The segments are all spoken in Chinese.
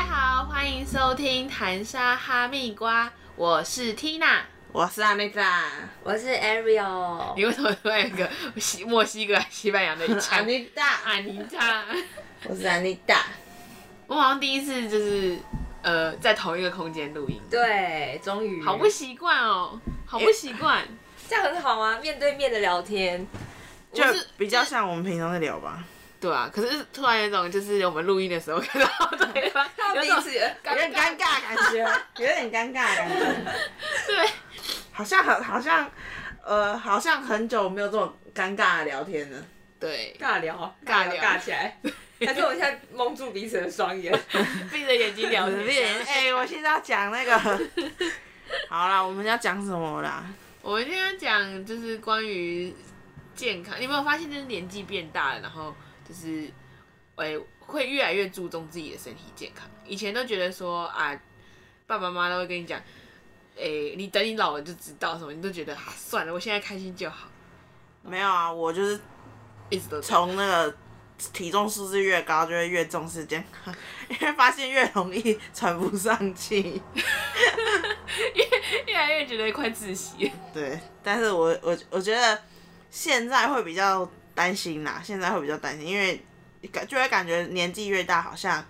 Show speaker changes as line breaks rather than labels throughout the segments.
欢迎收听《谈沙哈密瓜》，我是 Tina。
我是阿妹子啊，
我是 Ariel，
你为什么突然有个西墨西哥、西班牙的一
阿
腔？啊
妮大，
安妮塔，
我是阿妮大，
我好像第一次就是呃在同一个空间录音，
对，终于，
好不习惯哦，好不习惯。
这样很好啊，面对面的聊天，
就
我是
比较像我们平常在聊吧。
对啊，可是突然有种就是我们录音的时候看到对 方，有
彼
种
此
有点尴尬感觉， 有点尴尬感觉，
对。
好像很好像，呃，好像很久没有这种尴尬的聊天了。
对，
尬聊，
尬聊
尬起 来，还是我们现在蒙住彼此的双眼，
闭着眼睛聊天。
哎、我现在要讲那 个，好啦，我们要讲什么啦？
我们今天讲就是关于健康，你有没有发现，就是年纪变大了，然后就是，诶、会越来越注重自己的身体健康。以前都觉得说啊，爸爸妈妈都会跟你讲，诶、你等你老了就知道什么，你都觉得啊，算了，我现在开心就好，
没有啊，我就是
一直都这样
从那个体重数字越高，就会越重视健康， 因为发现越容易喘不上气。
越来越觉得快窒息。
对，但是我我我觉得现在会比较担心啦，现在会比较担心，因为感就会感觉年纪越大，好像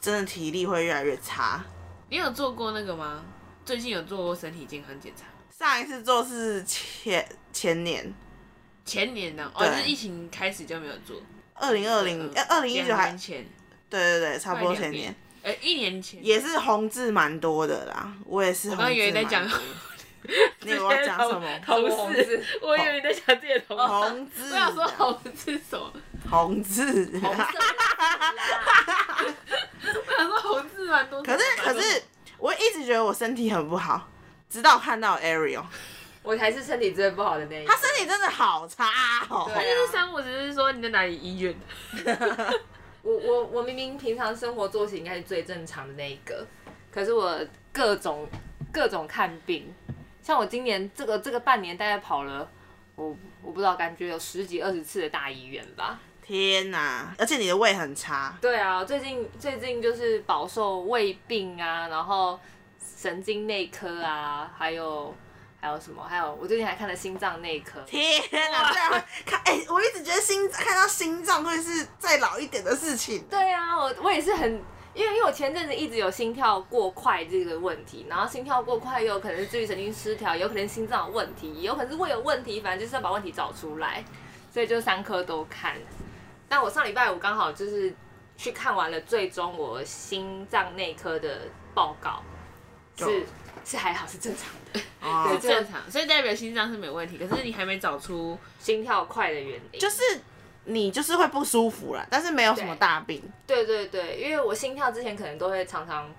真的体力会越来越差。
你有做过那个吗？最近有做过身体健康检查？
上一次做是前前年，
前年呢、哦，就
对
是疫情开始就没有做。
二零二零
呃
二零一九
两
还
年前，
对对对，差不多
快
前
两
年，
呃，一年前
也是红字蛮多的啦，我也是
我
红字
刚
蛮
刚以为
多
在
的。
讲
你以为我要讲什么？
同事，
我以为你在讲自己的同事，
红字
我想说
啊，
红是什么？
红字。啊
我想说红字蛮多种
可
的
是
吧。
可是，我一直觉得我身体很不好，直到看到 Ariel，
我才是身体最不好的那一个
他，身体真的好差哦。
他
对
就是伤我，只是说你在哪里医院。
我我我明明平常生活作息应该是最正常的那一个，可是我各种各种看病，像我今年这个这个半年大概跑了，我我不知道，感觉有十几二十次的大医院吧。
天哪、而且你的胃很差，
对啊，最近最近就是饱受胃病啊，然后神经内科啊，还有还有什么？还有我最近还看了心脏内科。
天哪、
哇
这样会看，哎、我一直觉得心看到心脏会是再老一点的事情。
对啊，我我也是很，因为因为我前阵子一直有心跳过快这个问题，然后心跳过快又有可能是自律神经失调，有可能心脏有问题，有可能是胃有问题，反正就是要把问题找出来，所以就三科都看。但我上礼拜五刚好就是去看完了最终我心脏内科的报告，是是还好是正常的，
哦
是
对
正常，所以代表心脏是没问题，可是你还没找出
心跳快的原因。
就是你就是会不舒服啦，但是没有什么
对
大病。
对对对，因为我心跳之前可能都会常常，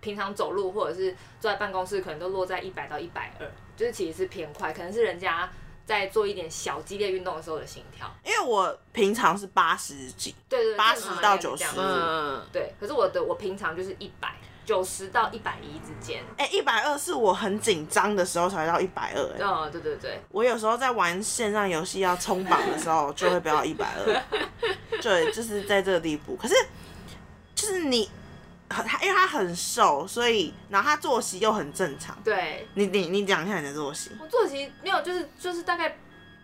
平常走路或者是坐在办公室，可能都落在一百到一百二，就是其实是偏快，可能是人家在做一点小激烈运动的时候的心跳。
因为我平常是八十几，
对对对，
80
正常
到
应该是这样
90
嗯，
对，可是我的我平常就是一百九十到一百一之间。
哎、1一百二是我很紧张的时候才会到一百二，哎，
嗯，对对对，
我有时候在玩线上游戏要冲榜的时候，就会飙到一百二，对，就是在这个地步。可是就是你很，他因为他很瘦，所以然后他作息又很正常。
对
你你你讲一下你的作息，
我作息没有，就是就是大概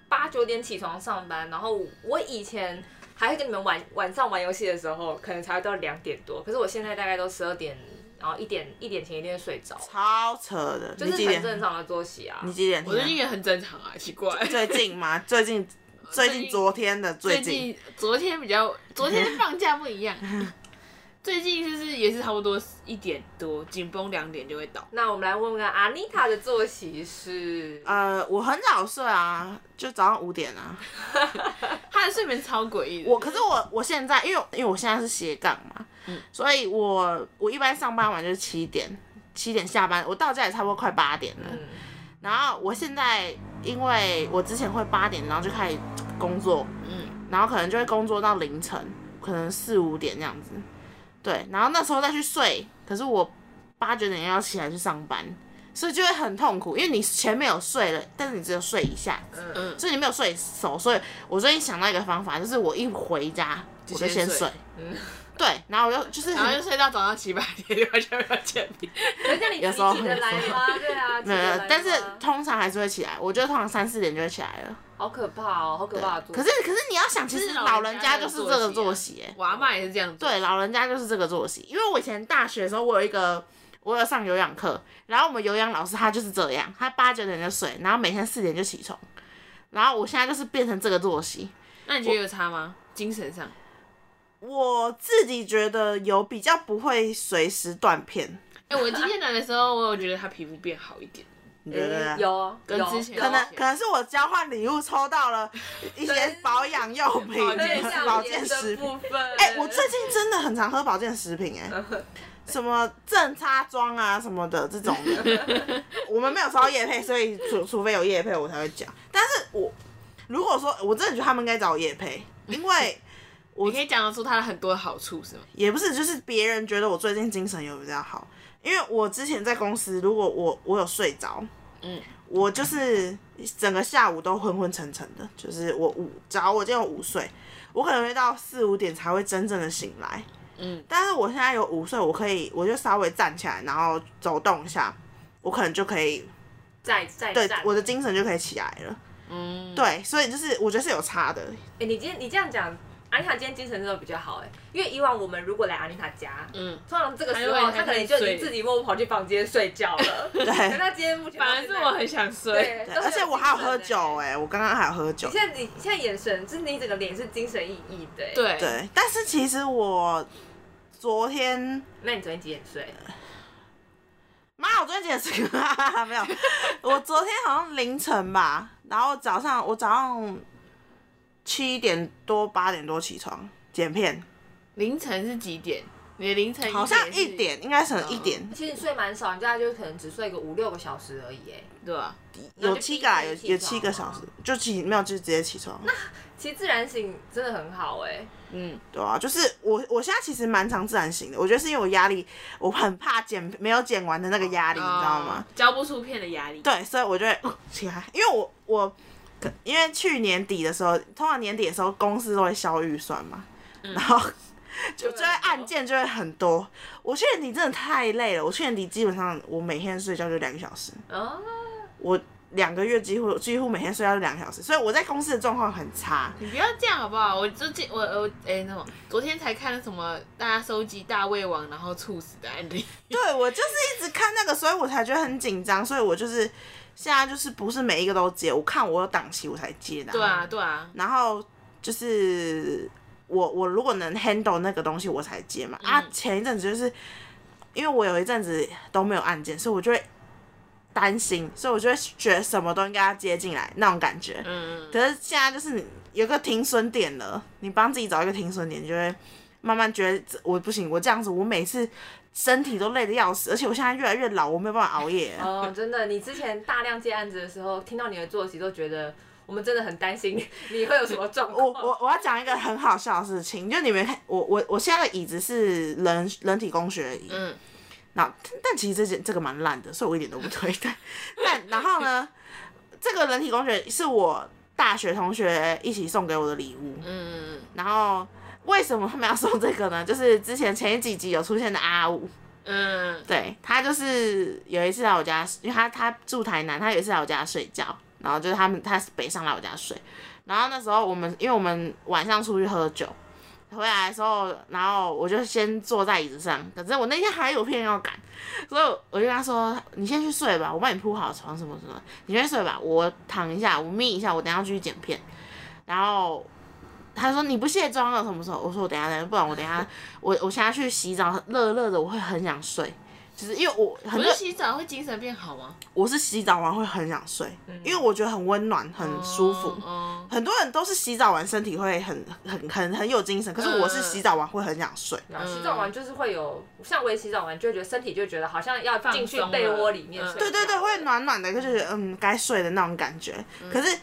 八九点起床上班，然后我以前还会跟你们晚晚上玩游戏的时候，可能才会到两点多，可是我现在大概都十二点，然后一点一点前一定会睡着，
超扯的。
就
你几
是很
点？
正常的作息啊
你。几点
我最近
听啊？
也很正常啊，奇怪。
最近吗？最近最近昨天的最
最
近，
近昨天比较，昨天放假不一 样。最近就是也是差不多一点多，紧绷两点就会倒。
那我们来问问看阿妮塔的作息是
呃，我很早睡啊，就早上五点啊。
他的睡眠超诡异的。
我可是我我现在，因为因为我现在是斜杠嘛，所以我我一般上班完就是七点，七点下班，我到家也差不多快八点了。
嗯，
然后我现在因为我之前会八点，然后就开始工作，
嗯，
然后可能就会工作到凌晨，可能四五点这样子。对，然后那时候再去睡，可是我八九点要起来去上班，所以就会很痛苦，因为你前面有睡了，但是你只有睡一下子，
嗯
所以你没有睡熟。所以我最近想到一个方法，就是我一回家我就
就先
先
睡
睡，对，然后我就就是
然后
很
就睡到早上七八点，就完全没有见面。
可是这样你
有
自
时候
己起得
会
来吗？对啊，起
没有没
得来
有
吗，
但是通常还是会起来。我觉得通常三四点就会起来了。
好可怕哦，好可怕的作
可
息。
是可是你要想，其实
是
老
老
人
人
家
家
就
的
是这个作
作
息、欸，
我阿妈也是这样做，
对，老人家就是这个作息。因为我以前大学的时候，我有一个我有上有氧课，然后我们有氧老师他就是这样，他八九点就睡，然后每天四点就起床。然后我现在就是变成这个作息，
那你觉得有差吗？精神上，
我自己觉得有比较不会随时断片，
哎、我今天来的时候，我有觉得她皮肤变好一点，
你
嗯有
跟
有
之前
可
有
能
钱
可能是我交换礼物抽到了一些保养用品
保
对
健
像、
保健食品。
部分，
哎、我最近真的很常喝保健食品、哎，什么正擦妆啊什么的这种的，我们没有收到叶配，所以除除非有叶配我才会讲。但是我如果说我真的觉得他们应该找我叶配，因为
你可以讲得出她的很多好处，是吗？
也不是，就是别人觉得我最近精神有比较好，因为我之前在公司，如果我我有睡着，
嗯，
我就是整个下午都昏昏沉沉的，就是我午，假如我今天有午睡，我可能会到四五点才会真正的醒来，
嗯，
但是我现在有午睡，我可以我就稍微站起来，然后走动一下，我可能就可以，
在在
对
站，
我的精神就可以起来了，
嗯，
对，所以就是我觉得是有差的，
哎、你今天你这样讲，安妮塔今天精神真的比较好哎、因为以往我们如果来安妮塔家，
嗯，
通常这个时
还
候
会
她可能
还
就已经
会
自己默默跑去房间睡觉了。对，
对
她今天目前
反而是我很想睡，
对，
对，
都是
而且我还有喝
精神
酒
的欸
哎、我刚刚还有喝酒
你，现在你现在眼神，就是你整个脸是精神奕奕的、欸。，
对，
对，但是其实我昨天
那你昨天几点睡？
妈，我昨天解释个 没有，我昨天好像凌晨吧，然后早上我早上七点多八点多起床剪片，
凌晨是几点？你的凌晨
好像
是
一，点，应该
哦
是一点，
其实你睡蛮少，你大概就可能只睡个五六个小时而已哎、
对吧？
有七个啦，
那
有
就逼
有
自己起
七个
床
小
啊
时，就起没有就直接起床，
其实自然醒真的很好哎、
嗯，
对啊，就是我我现在其实蛮常自然醒的，我觉得是因为我压力，我很怕剪没有剪完的那个压力，你知道吗？
哦？交不出片的压力，
对，所以我就会、呃起来，因为我我可因为去年底的时候，通常年底的时候公司都会消预算嘛，
嗯
然后就就会案件就会很多。我去年底真的太累了，我去年底基本上我每天睡觉就两个小时，
哦，
我两个月几乎几乎每天睡觉就两个小时，所以我在公司的状况很差。
你不要这样好不好？我最近我我哎、那种昨天才看什么大家收集大胃王然后猝死的案 例，
对我就是一直看那个，所以我才觉得很紧张，所以我就是现在就是不是每一个都接，我看我有档期我才接的。
对啊对啊，
然后就是我我如果能 handle 那个东西，我才接嘛。啊，前一阵子就是因为我有一阵子都没有案件，所以我就会担心，所以我就会觉得什么都应该要接进来那种感觉。
嗯，
可是现在就是你有个停损点了，你帮自己找一个停损点，你就会慢慢觉得这我不行，我这样子，我每次身体都累得要死，而且我现在越来越老，我没有办法熬夜。
哦，真的，你之前大量接案子的时候，听到你的作息，都觉得我们真的很担心你会有什么状
我
况。
我我要讲一个很好笑的事情，就你们看我我我现在的椅子是人人体工学椅，
嗯，
那但其实这件这个蛮烂的，所以我一点都不推。但 但然后呢，这个人体工学是我大学同学一起送给我的礼物，
嗯，
然后为什么他们要送这个呢？ 就是之前前几集有出现的阿五，
嗯，
对他就是有一次来我家，因为他他住台南，他有一次来我家睡觉，然后就是他们他北上来我家睡，然后那时候我们因为我们晚上出去喝酒，回来的时候，然后我就先坐在椅子上，可是我那天还有片要赶，所以我就跟他说：“你先去睡吧，我帮你铺好床什么什么，你先去睡吧，我躺一下，我眯一下，我等一下要去剪片。”然后。他说你不卸妆了什么时候？我说我等一下等一下，不然我等一下我我现在去洗澡，热热的，我会很想睡。就是因为我
不
很热
是，啊洗澡会精神变好吗？
我是洗澡完会很想睡，因为我觉得很温暖，很舒服。
嗯，
很多人都是洗澡完身体会很很很很有精神，可是我是洗澡完会很想睡。
然后洗澡完就是会有，像我也洗澡完就会觉得身体就觉得好像要进去被窝里面
放松了
睡觉
对
了。嗯
对对，会暖暖的，就是嗯该睡的那种感觉。可是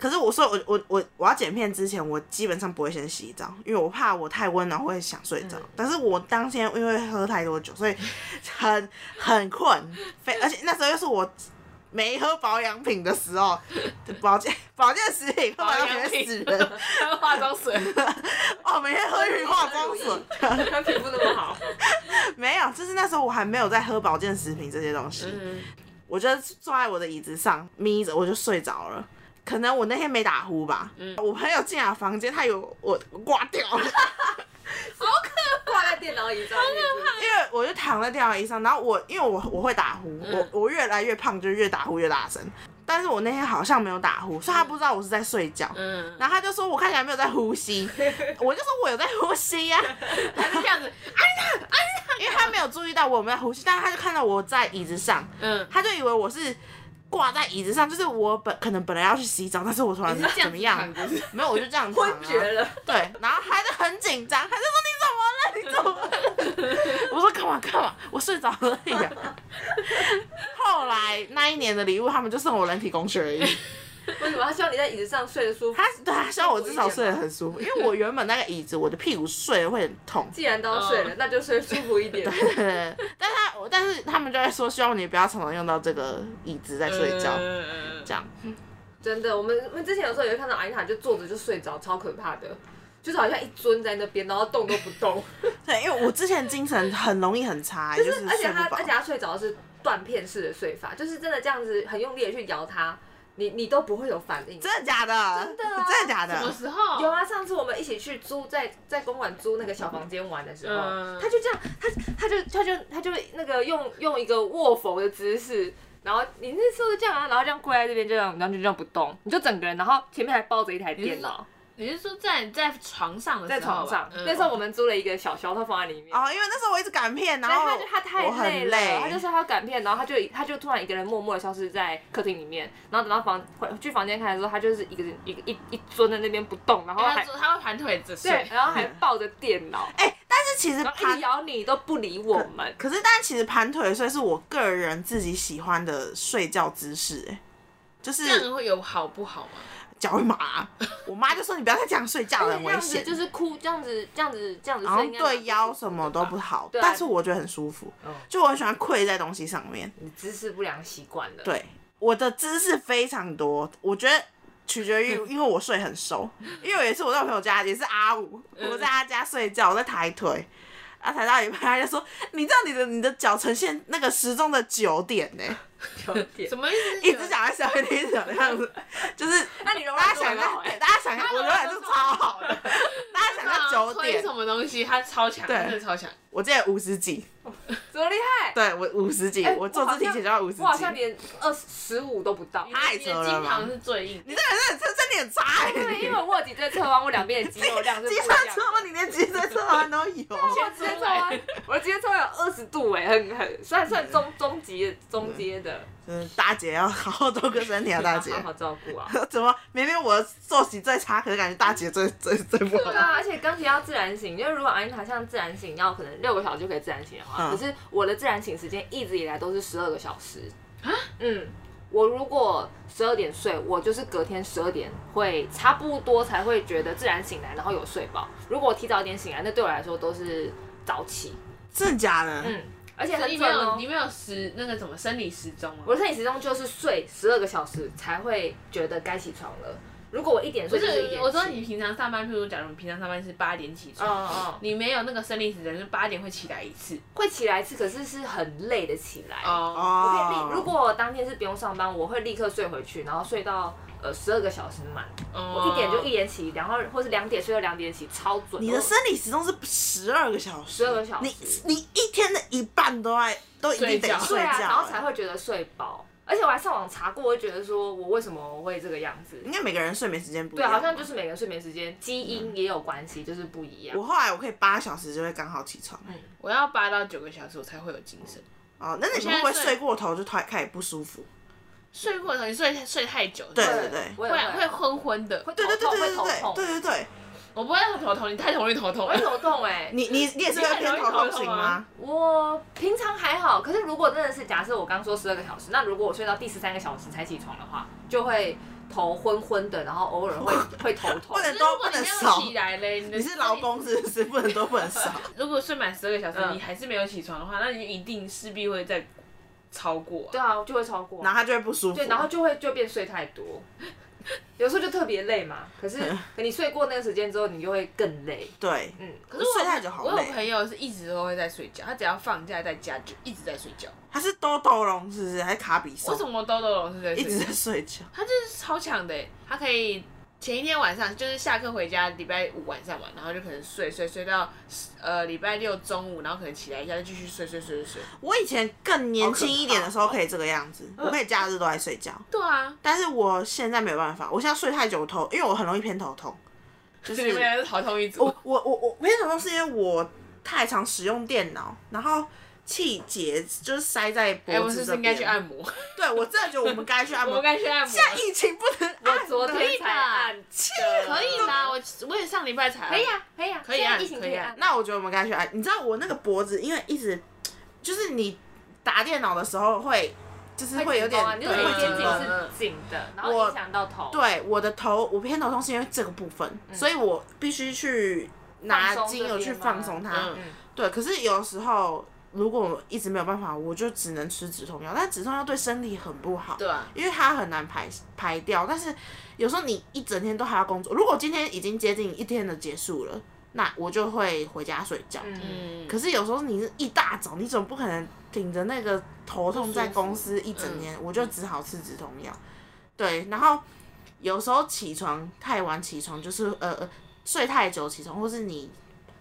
可是我说我我我我要剪片之前，我基本上不会先洗澡，因为我怕我太温暖会想睡着。但是我当天 因为喝太多酒，所以很很困，非而且那时候又是我没喝保养品的时候，保健保健食品喝完要学死人。
喝 化妆水，
哦，每天喝一瓶化妆 水。
他 皮肤那么好，
没有，就是那时候我还没有在喝保健食品这些东西，
嗯，
我就坐在我的椅子上眯着，我就睡着了。可能我那天没打呼吧。
嗯
我朋友进来房间，他以为我挂掉 了，
挂在电脑椅上，
因为我就躺在吊椅上，然后我因为我我会打呼，
嗯
我我越来越胖，就越打呼越大声。但是我那天好像没有打呼，所以他不知道我是在睡觉。
嗯
然后他就说我看起来没有在 呼吸，我就说我有在呼吸呀、
还是这样子，
因为他没有注意到我有没有在呼吸，但是他就看到我在椅子上，
嗯，
他就以为我是挂在椅子上，就是我本可能本来要去洗澡，但是我突然
你是这样
怎么样
子？躺着
没有，我就这样躺、啊。
昏厥了。
对，然后他就很紧张，他就说你怎么了？你怎么了？我说干嘛干嘛？我睡着了呀。 后来那一年的礼物，他们就送我人体工学而已。
为什么他希望你在椅子上睡得舒服
他？对他希望我至少睡得很 舒服，因为我原本那个椅子，我的屁股睡得会很痛。
既然都要睡了，那就睡舒服一点。
对但他但是他们就会说，希望你不要常常用到这个椅子在睡觉，
嗯
这样。
真的，我们我们之前有时候也会看到阿妮塔就坐着就睡着，超可怕的，就是好像一尊在那边，然后动都不动。
对，因为我之前精神很容易很差，就
就是
是
而且
睡
他
不饱
而且。他睡着是断片式的睡法，就是真的这样子很用力的去摇它，你你都不会有反应。
真的假的？
真的啊
真的假
什么
的？
时候？
有啊，上次我们一起去租在在公馆租那个小房间玩的时候，
嗯
他就这样，他他就他就他就那个用用一个卧佛的姿势，然后你那时候就这样啊，然后这样跪在这边，这样然后就这样不动，你就整个人，然后前面还抱着一台电脑
你是说在在床上的
在
时候吧
床上，
嗯
那时候我们租了一个小小套放在里面。
哦，因为那时候我一直赶片，然
然
后
后他就他太
我很
了，他就
累。
说他要赶片，然后他就他就突然一个人默默的消失在客厅里面，然后等到房回去房间看的时候，他就是一个人一个一一蹲在那边不动，然后
哎他
还
说他会盘腿着
对
睡，，
然后还抱着 电脑，
哎、但是其实
然后一
盘
直，咬你都不理我 们，
可是但其实盘腿睡是我个人自己喜欢的睡觉姿势、哎，就
这
是
样会有好不好吗？
脚会麻。我妈就说你不要再这样睡 觉了，很
这
危
样子
险。
就是哭这样子这样子这样子
然后
声音应该蛮不舒服的吧，
对腰什么都不好，
对啊哦
但是我觉得很舒服，就我很喜欢跪在东西上面。
你姿势不良习惯了，
对，我的姿势非常多，我觉得取决于，
嗯
因为我睡很熟，因为有一次我在我朋友家，也是阿五，我
嗯
在他家睡觉，我在抬腿，啊抬到一半，他就说，你知道你的你的脚呈现那个时钟的九点呢、
有 点
什。么意思？
一只脚在上面，一只脚在上面，就是
那你容
大
忍
家
度很
想象，
好哎
对，，大家想象，我
柔
永
软
远
度超
是超
好
好
的
的，大家想
啊
象九
推
点
什，么东西？他超强，
对
他真的超强。
我记得五十几，
怎么厉害？
对我五十几
哎，
我做肢体解就要五十几，
我好像连二十五都不到。
太
你的
扯了吧
经常是最硬，
你这人真的真的很差欸，
对，因为我有脊椎侧弯，我两边的肌肉量是不一
机
样
车
的。
车，你连机车车好像都有。
我直接抽啊！我直接抽有二十度哎、很很算算中中级中阶的，
嗯，大姐要好好照顾身体啊，大姐
好。好照顾啊。
怎么明明我作息最差，可是感觉大姐最最最不好
对？啊，而且钢琴要自然醒，因为如果阿妮塔像自然醒要可能六个小时就可以自然醒的话，
嗯
可是我的自然醒时间一直以来都是十二个小时。
啊
嗯，我如果十二点睡，我就是隔天十二点会差不多才会觉得自然醒来，然后有睡饱。如果我提早一点醒来，那对我来说都是早起。
真的假的？
嗯，而且很
你没
准哦
有你没有时那个什么生理时钟啊吗？
我的生理时钟就是睡十二个小时才会觉得该起床了。如果我一点
不
睡就是一
是
点，起，
我说你平常上班，譬如假如你平常上班是八点起
嗯，
床，
嗯嗯，
你没有那个生理时钟，就八点会起来一次。
会起来一次，可是是很累的起来。
哦，
我可以立，如
哦，
果我当天是不用上班，我会立刻睡回去，然后睡到呃十二个小时满，
哦
我一点就一点起，然后或是两点睡到两点起，超准。
你的生理时钟是十二个小时，
12个小时
你你一天的一半都在都一定
睡
得
觉
睡
对
觉
啊，
欸，
然后才会觉得睡饱。而且我还上网查过，我就觉得说我为什么会这个样子
应。该每个人睡眠时间不一
对，啊
样。
好像就是每个人睡眠时间基因也有关系，就是不一样
我。后来我可以八小时就会刚好起床。
我要八到九个小时我才会有精神。
哦，那你
现在
会不会
睡
睡过头就突然开始不舒服？
睡过头，你睡睡太久，
对
是不
对
是
对
我也
会
会
会昏昏的。
会
对对对
头痛
对对
会头
对
痛
对对对，
我不会头痛，你太容易头痛
我会
了。
头痛哎、
你你你也是会偏头痛型吗？
我平常还好，可是如果真的是假设我刚说十二个小时，那如果我睡到第十三个小时才起床的话，就会头昏昏的，然后偶尔会 会头痛
不。能
如
多
果
不
你
能
没
少
有。起来嘞，你的
你是劳工是 不是？不能多不能少。
如果睡满十二个小时，
嗯
你还是没有起床的话，那你一定势必会在超过、啊。
对啊，就会超过啊。
然后他就会不舒服。
对，然后就会就变睡太多，有时候就特别累嘛。可 是可你睡过那个时间之后，你就会更累。
对
嗯，
可是我
睡太久好
我有
累
朋友是一直都会在睡觉，他只要放假在家就一直在睡觉。
他是兜兜龙是不是？还是卡比兽
为？什么豆豆老是在
一
睡
直
觉
在？睡觉。
他就是超强的欸，他可以前一天晚上就是下课回家，礼拜五晚上嘛，然后就可能睡睡睡到呃礼拜六中午，然后可能起来一下就继续睡睡睡睡睡。
我以前更年轻一点的时候
好可怕哦嗯
可以这个样子，我可以假日都在睡觉，
对啊，
但是我现在没有办法，我现在睡太久头，因为我很容易偏头痛， 就
你们
是
俩是好同一组
我。我我我偏头痛是因为我太常使用电脑，然后气结就是塞在
哎、我
脖
们是
子
不
这
是应该去按
边。
摩？
对我真的觉得我们该去 按
我们，
摩
该去按摩。
现在疫情不能按
我昨天才按的，
可以啦，我我也上礼拜才按。
可以啊，可以啊，
可以
现在
按
疫情
可以按
按。
那我觉得我们该去按。你知道我那个脖子，因为一直就是你打电脑的时候会，就是会有
紧绷啊
点
你
对
就是
会
你肩
紧绷
颈是紧的，然后
我
影响到头。
对我的头，我偏头痛是因为这个部分，所以我必须去拿
嗯放松
精
这
油去
边吗
放松它。
嗯
嗯，
对，可是有时候如果我一直没有办法，我就只能吃止痛药，但止痛药对身体很不好。
对啊，
因为它很难排排掉。但是有时候你一整天都还要工作，如果今天已经接近一天的结束了，那我就会回家睡觉。
嗯，
嗯，
可是有时候你是一大早，你总不可能顶着那个头痛在公司一整天，我就只好吃止痛药。对，然后有时候起床太晚起床，就是呃呃睡太久起床，或是你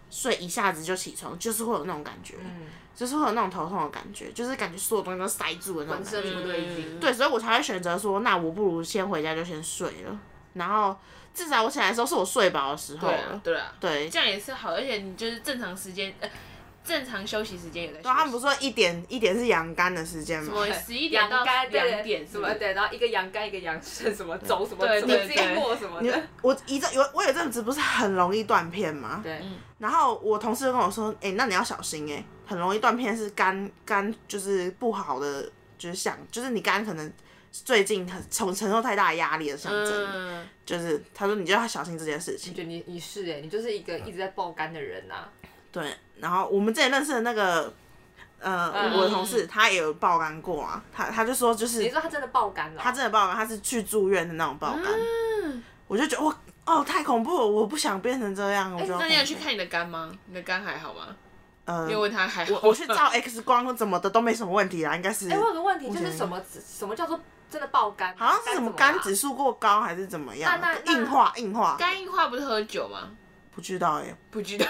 睡一下子就起床，就是会有那种感觉，
嗯
就是会有那种头痛的感觉，就是感觉所有东西都塞住的那种
浑
感觉
身。不对劲。
对，所以我才会选择说，那我不如先回家就先睡了。然后至少我起来的时候是我睡饱的时候
对啊
了，。
对啊，
对，
这样也是好，而且你就是正常时间，呃，正常休息时间也在休息。
啊然后他们不是说一点一点是阳干的时间吗？
我
对
十一点到
阳干对
两点
什
是不
么
是？
对，然后一个阳干，一个阳肾，什么走什么
对
走
对
经过什么
嗯你
的，
我一阵有我有阵子不是很容易断片吗？
对，
然后我同事就跟我说，哎、那你要小心哎、诶很容易断片是肝肝就是不好的，就是想就是你肝可能最近很承承受太大压力的象征，
嗯，
就是他说你就要小心这件事
你
情。
觉得你你是哎，你就是一个一直在爆肝的人啊呐。
对，然后我们之前认识的那个，呃，
嗯
我的同事他也有爆肝过啊，他他就说就是
你说他真的爆肝了？
他真的爆肝，他是去住院的那种爆肝，
嗯
我就觉得我哦太恐怖了，我不想变成这样，我就、
哎那你有去看你的肝吗？你的肝还好吗？
呃
你有问他还好吗？
我去 照 X 光或怎么的都没什么问题啦，应该是
哎，我有个问题，
目
就
前
是什么什么叫做真的爆肝？啊
好像是什么肝指
数？
数过高还是怎么样
那，那那
硬化硬化，
肝硬化不是喝酒吗？
不知道耶，
不知道，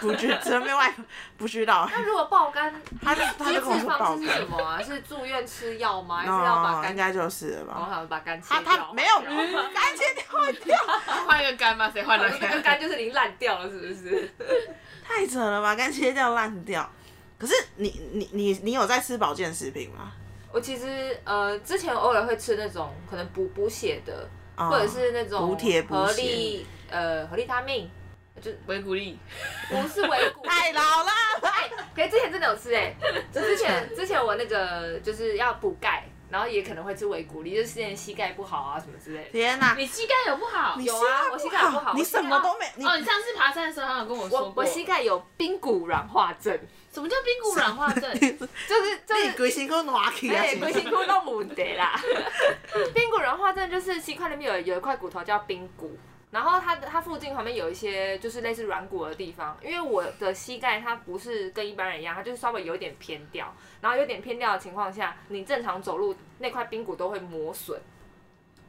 不知真没外不知 道，
那如果爆肝，
他就他就
治
跟我说爆
方式是
肝
什，么啊？是住院吃 药吗？还是要把
哦，
肝
应？该就是了
我
吧。
想把肝切
他
掉。
他没有
然后
肝切掉掉，
换一个肝吗？谁换了
那个
啊肝？
肝就是已经烂掉了，是不是？
太扯了吧，肝切掉烂掉。可是你你你你有在吃保健食品吗？
我其实呃，之前偶尔会吃那种可能补补血的，
哦
或者是那种
补铁补
合
血
力呃合力他命，就是
维骨力，
不是维骨。
太老了，
哎， 可是之前真的有吃哎、就之前之前我那个就是要补钙，然后也可能会吃维骨力，就是之前膝盖不好啊什么之类的。
天哪！
你膝盖有不好？
你
有啊我膝盖
不
不好
你
我
什
膝盖
么都没，你
哦，你上次爬山的时候，他有跟我说
我
过，
我膝盖有髌骨软化症，
什么叫髌骨软化 症？
就是就
你
是。
鬼心给我拿起啊！
哎，龟心骨弄母得 啦。髌骨软化症就是膝块里面有有一块骨头叫髌骨，然后它的它附近旁边有一些就是类似软骨的地方，因为我的膝盖它不是跟一般人一样，它就是稍微有点偏掉，然后有点偏掉的情况下，你正常走路那块髌骨都会磨损，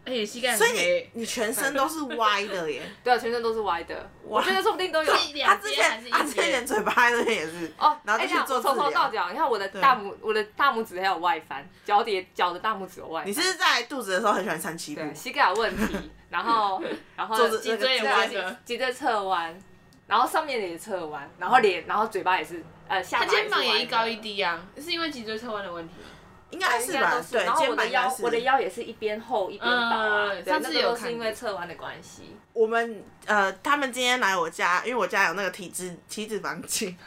而且膝盖很
所以
黑，
你你全身都是歪的 耶。啊
对啊，全身都是歪的，我觉得说不定都有。
是
他
两
之
边还
前
是一
他之前
边？
嘴巴那边也是，
哦，
然后
哎
就去做啊
这样我从
治
头
疗
到脚，你看我的大拇，我的大拇指还有外翻，脚底脚的大拇指有外翻。
你是在肚子的时候很喜欢三七步，
对膝盖有问题，然后然 后
坐着
脊椎也
那个
歪
脊椎
的，
脊椎侧弯，然后上面也侧弯，然后脸，然后嘴巴也是，呃，下
他
巴
肩膀也一高一
低，
低啊，是因为脊椎侧弯的问题吗？
应该是
应该
吧
都？是。
对，
然后我
肩
的
膀
腰，我的
是。
腰也是一边厚一边薄啊，
嗯
对
上次
那个
有
都
看
是因为侧弯的关系。
我们呃，他们今天来我家，因为我家有那个体脂体脂肪镜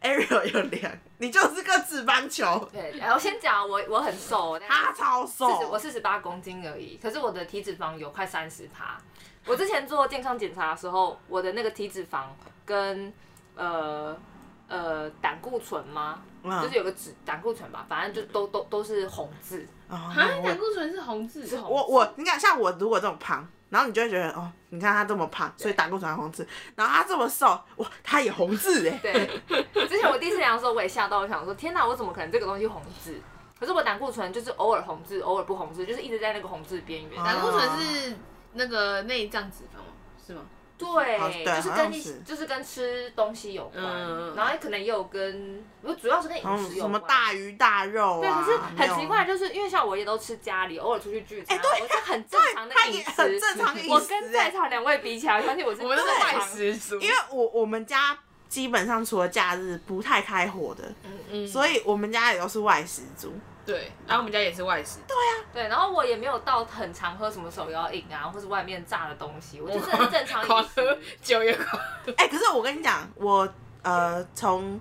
，Ariel 有量，你就是个脂肪球，
对，然后先讲我我很 瘦，但
他超
四十
瘦
我，四十八公斤而已，可是我的体脂肪有快三十趴。我之前做健康检查的时候，我的那个体脂肪跟呃呃胆固醇吗？
嗯
就是有个脂胆固醇吧，反正就都都都是红字，
哦
啊，
那
胆
我
固醇是红字，哦
是红
我我，你看像我如果这么胖，然后你就会觉得哦，你看他这么胖，所以胆固醇红字，然后他这么瘦，哇，他也红字哎，
对，之前我第一次量的时候，我也吓到，我想说，天哪，我怎么可能这个东西红字？可是我胆固醇就是偶尔红字，偶尔不红字，就是一直在那个红字边缘。
胆固醇是那个内脏脂肪吗是吗？
好对
对，就是
好像
跟一
是
就是跟吃东西有关，
嗯
然后可能也有跟，我主要是跟饮
然后
食
嗯什
有关。
么大鱼大肉
对，可
啊，
是
没有哎
很奇怪，就是因为像我也都吃家里，偶尔出去聚餐，我是很正常的
他
饮
也
食，
很正常的饮食
我跟在场两位比起来，我相信我是
我们都是
正
外
常
食族，
因为我我们家基本上除了假日不太开火的，
嗯
所以我们家也都是外食族。
对，然后我们家也是外食，
对，然后我也没有到很常喝什么手摇饮啊，或是外面炸的东西，我就是很正常
狂
饮
喝
食。
酒也狂喝，
哎、可是我跟你讲，我呃，从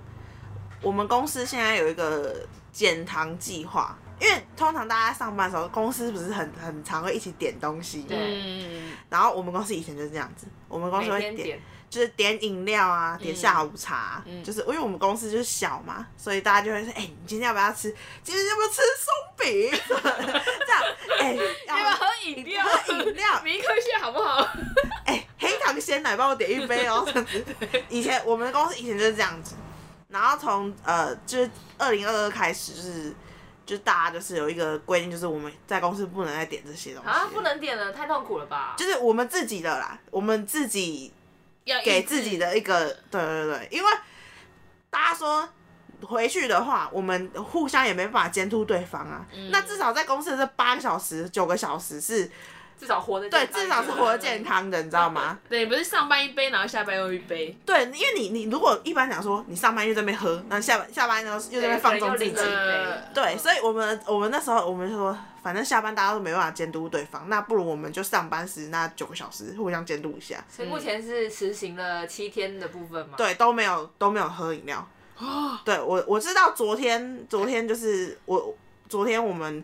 我们公司现在有一个减糖计划，因为通常大家上班的时候，公司不是很很常会一起点东西，
对
嗯，
然后我们公司以前就是这样子，我们公司
每
会
天
点，
点，
就是点饮料啊，
嗯
点下午茶啊、就是因为我们公司就是小嘛，所以大家就会说，哎、你今天要不要吃？今天要不要吃松饼？ 这样，哎、
要不要喝饮料？
喝饮料
明科学好不好？
哎、黑糖鲜奶帮我点一杯哦。这样子以前我们的公司以前就是这样子，然后从呃就是二零二二开始就是。就大家就是有一个规定，就是我们在公司不能再点这些东西
啊，不，能点了，太痛苦了吧？
就是我们自己的啦，我们自己
要抑制
给自己的一个，对对对，因为大家说回去的话，我们互相也没办法监督对方啊。那至少在公司的这八个小时、九个小时是，
至少活得
对，
健康
至少
一点
是活得健康的，你知道 吗？
对，不是上班一杯，然后下班又一杯，
对，因为你你如果一般讲说你上班又在那边喝，那下班下班然后又在那边放纵自己
对可能又，零了一杯
嗯
对，所以我们我们那时候我们就说，反正下班大家都没办法监督对方，那不如我们就上班时那九个小时互相监督一下。
所以目前是实行了七天的部分嘛？，
对，都没有都没有喝饮料。
哦
对我我知道昨天昨天就是我昨天我们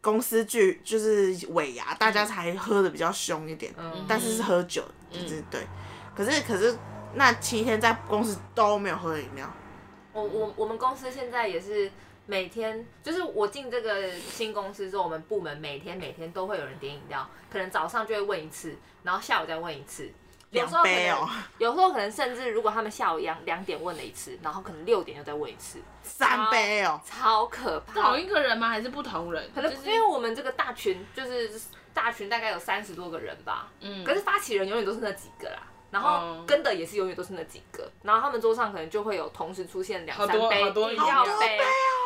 公司聚就是尾牙，大家才喝的比较凶一点，
嗯
但是是喝酒，就是对。可是可是那七天在公司都没有喝饮料，
我我我们公司现在也是每天，就是我进这个新公司之后，我们部门每天每天都会有人点饮料，可能早上就会问一次，然后下午再问一次。有时
两
候可
杯
能
哦、
有时候可能甚至如果他们下午两两点问了一次，然后可能六点又再问一次，
三杯哦、
超可怕
同。一个人吗？还是不同人？
可能
就是
因为我们这个大群就是大群大概有三十多个人吧，
嗯
可是发起人永远都是那几个啦，然后
嗯
跟的也是永远都是那几个，然后他们桌上可能就会有同时出现两
好
三
多
杯
好多
饮
饮
料
料
杯，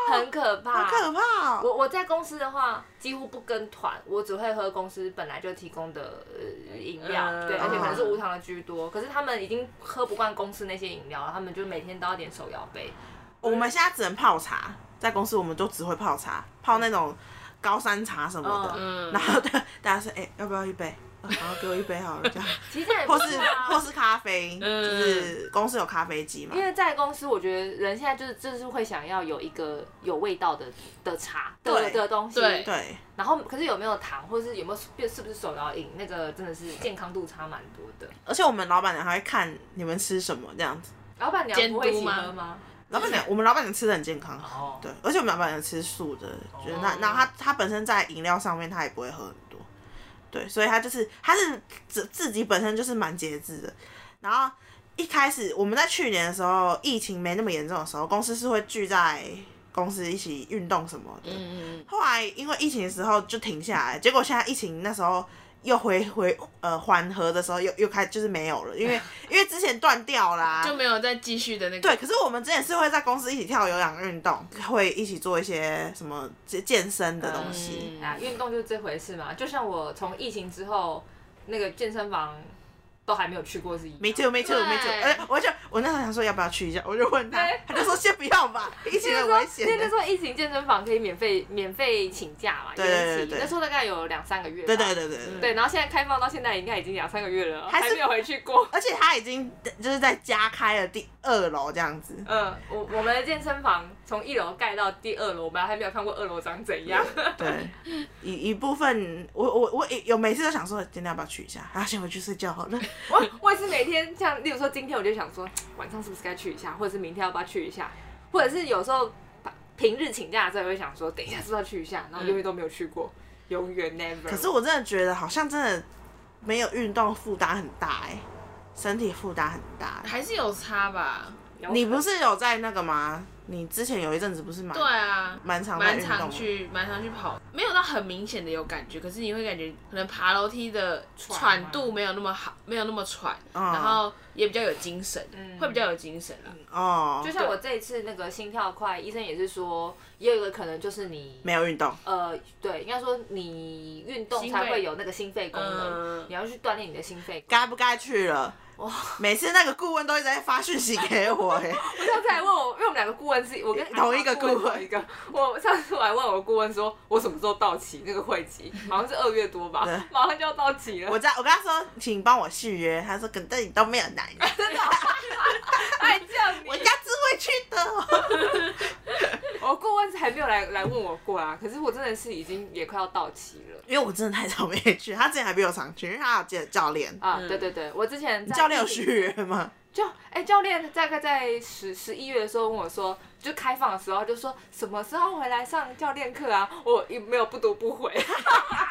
很可怕，
哦好可怕哦、
我我在公司的话，几乎不跟团，我只会喝公司本来就提供的呃饮料，
嗯
对，而且可能是
哦
无糖的居多。可是他们已经喝不惯公司那些饮料了，他们就每天都要点手摇杯。
我们现在只能泡茶，在公司我们都只会泡茶，泡那种高山茶什么的。
嗯
然，后大大家说，哎、要不要一杯？然后给我一杯好了，这样。
其实这样也不
或是
错啊
或是咖啡，
嗯
就是公司有咖啡机嘛
因。为在公司，我觉得人现在就是就是会想要有一个有味道的的茶的
对
的东西，
对
对，
然后可是有没有糖，或者是有没有是不是手摇饮，那个真的是健康度差蛮多的。
而且我们老板娘还会看你们吃什么这样子。
老板娘
监
不会一
督
起
吗
喝吗？
老板
嗯
娘，我们老板娘吃的很健康，
哦，
对，而且我们老板娘吃素的，就是那
哦
那她她本身在饮料上面她也不会喝很多，对，所以她就是她是自自己本身就是蛮节制的。然后一开始我们在去年的时候，疫情没那么严重的时候，公司是会聚在公司一起运动什么的，
嗯嗯
后来因为疫情的时候就停下来，结果现在疫情那时候又回回呃缓和的时候又又开就是没有了， 因为因为之前断掉啦、
嗯，就没有再继续的那个，
对，可是我们之前是会在公司一起跳有氧运动，会一起做一些什么健健身的东西。
啊，运动就是这回事嘛。就像我从疫情之后，那个健身房都还没有去过是一样。
没错，没错，
对
没错。哎，我就我那时候想说要不要去一下，我就问他
对，
他就说先不要 吧，疫情
那
很
时候
危险
啊那那
的
时。候疫情健身房可以免费免费请假嘛，
对
延
对
期
对对
那时候大概有两三个月吧。
对对对对对对，
对然后现在开放到现在应该已经两三个月了，还
还是
没有回去过。
而且他已经就是在家开了第二楼这样子。
嗯，我我们的健身房从一楼盖到第二楼，我们还没有看过二楼长怎样。
对，一一部分，我我我有每次都想说，今天要不要去一下？啊，先回去睡觉好了。
我我也是每天像，例如说今天我就想说，晚上是不是该去一下，或者是明天要不要去一下，或者是有时候平日请假的时候也会想说，等一下是不是要去一下，然后永远都没有去过，永远 never。
可是我真的觉得好像真的没有运动负担很大哎、身体负担很大、欸。
还是有差吧？
你不是有在那个吗？你之前有一阵子不是蛮
对啊，
蛮常在
蛮
运动
常
吗，
去蛮常去跑，没有到很明显的有感觉，可是你会感觉可能爬楼梯的
喘吗
喘度没有那么好，没有那么喘，
嗯
然后也比较有精神，会比较有精神啦。
哦
就，像我这一次那个心跳快，医生也是说，也有一个可能就是你
没有运动，
呃，对，应该说你运动
心
才
肺
会有那个心肺功能，
嗯
你要去锻炼你的心肺功能。
该不该去了？每次那个顾问都一直在发讯息给我 哎、
我上次还问我，因为我们两个顾问是我跟
同一个顾问
同一个。我上次我还问我顾问说，我什么时候到期那个会期，好像是二月多吧
对，
马上就要到期了
我。在我跟他说，请帮我续约，他说可但你都没有 来，
真的，还叫你
我下次会去的。哦
我顾问还没有来来问我过啊，可是我真的是已经也快要到期了。
因为我真的太久没去，他之前还比我常去，因为他有教教练，
啊，
嗯
对对对，我之前在
教练有
疫情
续约吗？
就哎、教练大概在十十一月的时候问我说，就开放的时候他就说什么时候回来上教练课啊？我也没有不读不回 哦啊，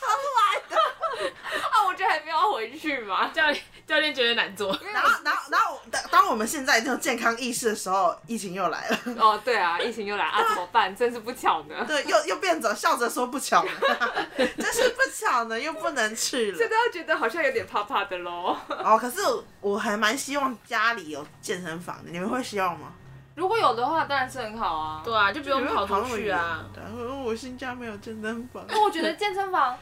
超晚的。
啊我觉得还没有要回去嘛。
教练 教练觉得难做，
然后，然后，然后，当当我们现在这种健康意识的时候，疫情又来了，
哦，对啊，疫情又来啊，怎么办？真是不巧呢。
对，又又变着笑着说不巧， 真是不巧呢，又不能去
这
了。
都觉得好像有点怕怕的喽。
哦，可是我还蛮希望家里有健身房的，你们会希望吗？
如果有的话，当然是很好啊。
对啊，就不用跑
跑那
出
么
去
远
啊。
对，因为我新家没有健身房。
因为我觉得健身房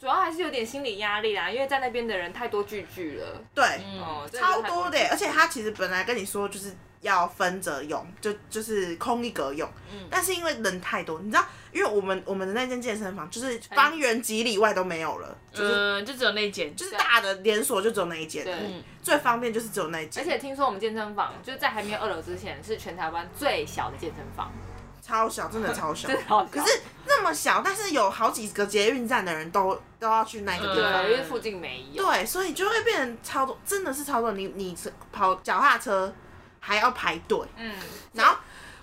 主要还是有点心理压力啦，啊因为在那边的人太多聚聚了。
对，
嗯
哦，真的
嗯超
太
多的
聚
耶，而且他其实本来跟你说就是要分着用，就就是空一格用，但是因为人太多，你知道，因为我们我们的那间健身房就是方圆几里外都没有了，就是、
嗯，就只有那间，
就是
对
大的连锁就只有那一间，
对
嗯最方便就是只有那一
而
间，
且听说我们健身房就在还没有二楼之前是全台湾最小的健身房，
超小，真的超小
真。的好笑。
可是那么小，但是有好几个捷运站的人都都要去那个地
嗯
方。
对，因为附近没有。
对，所以就会变成超多，真的是超多。你你是跑脚踏车还要排队，
嗯，
然后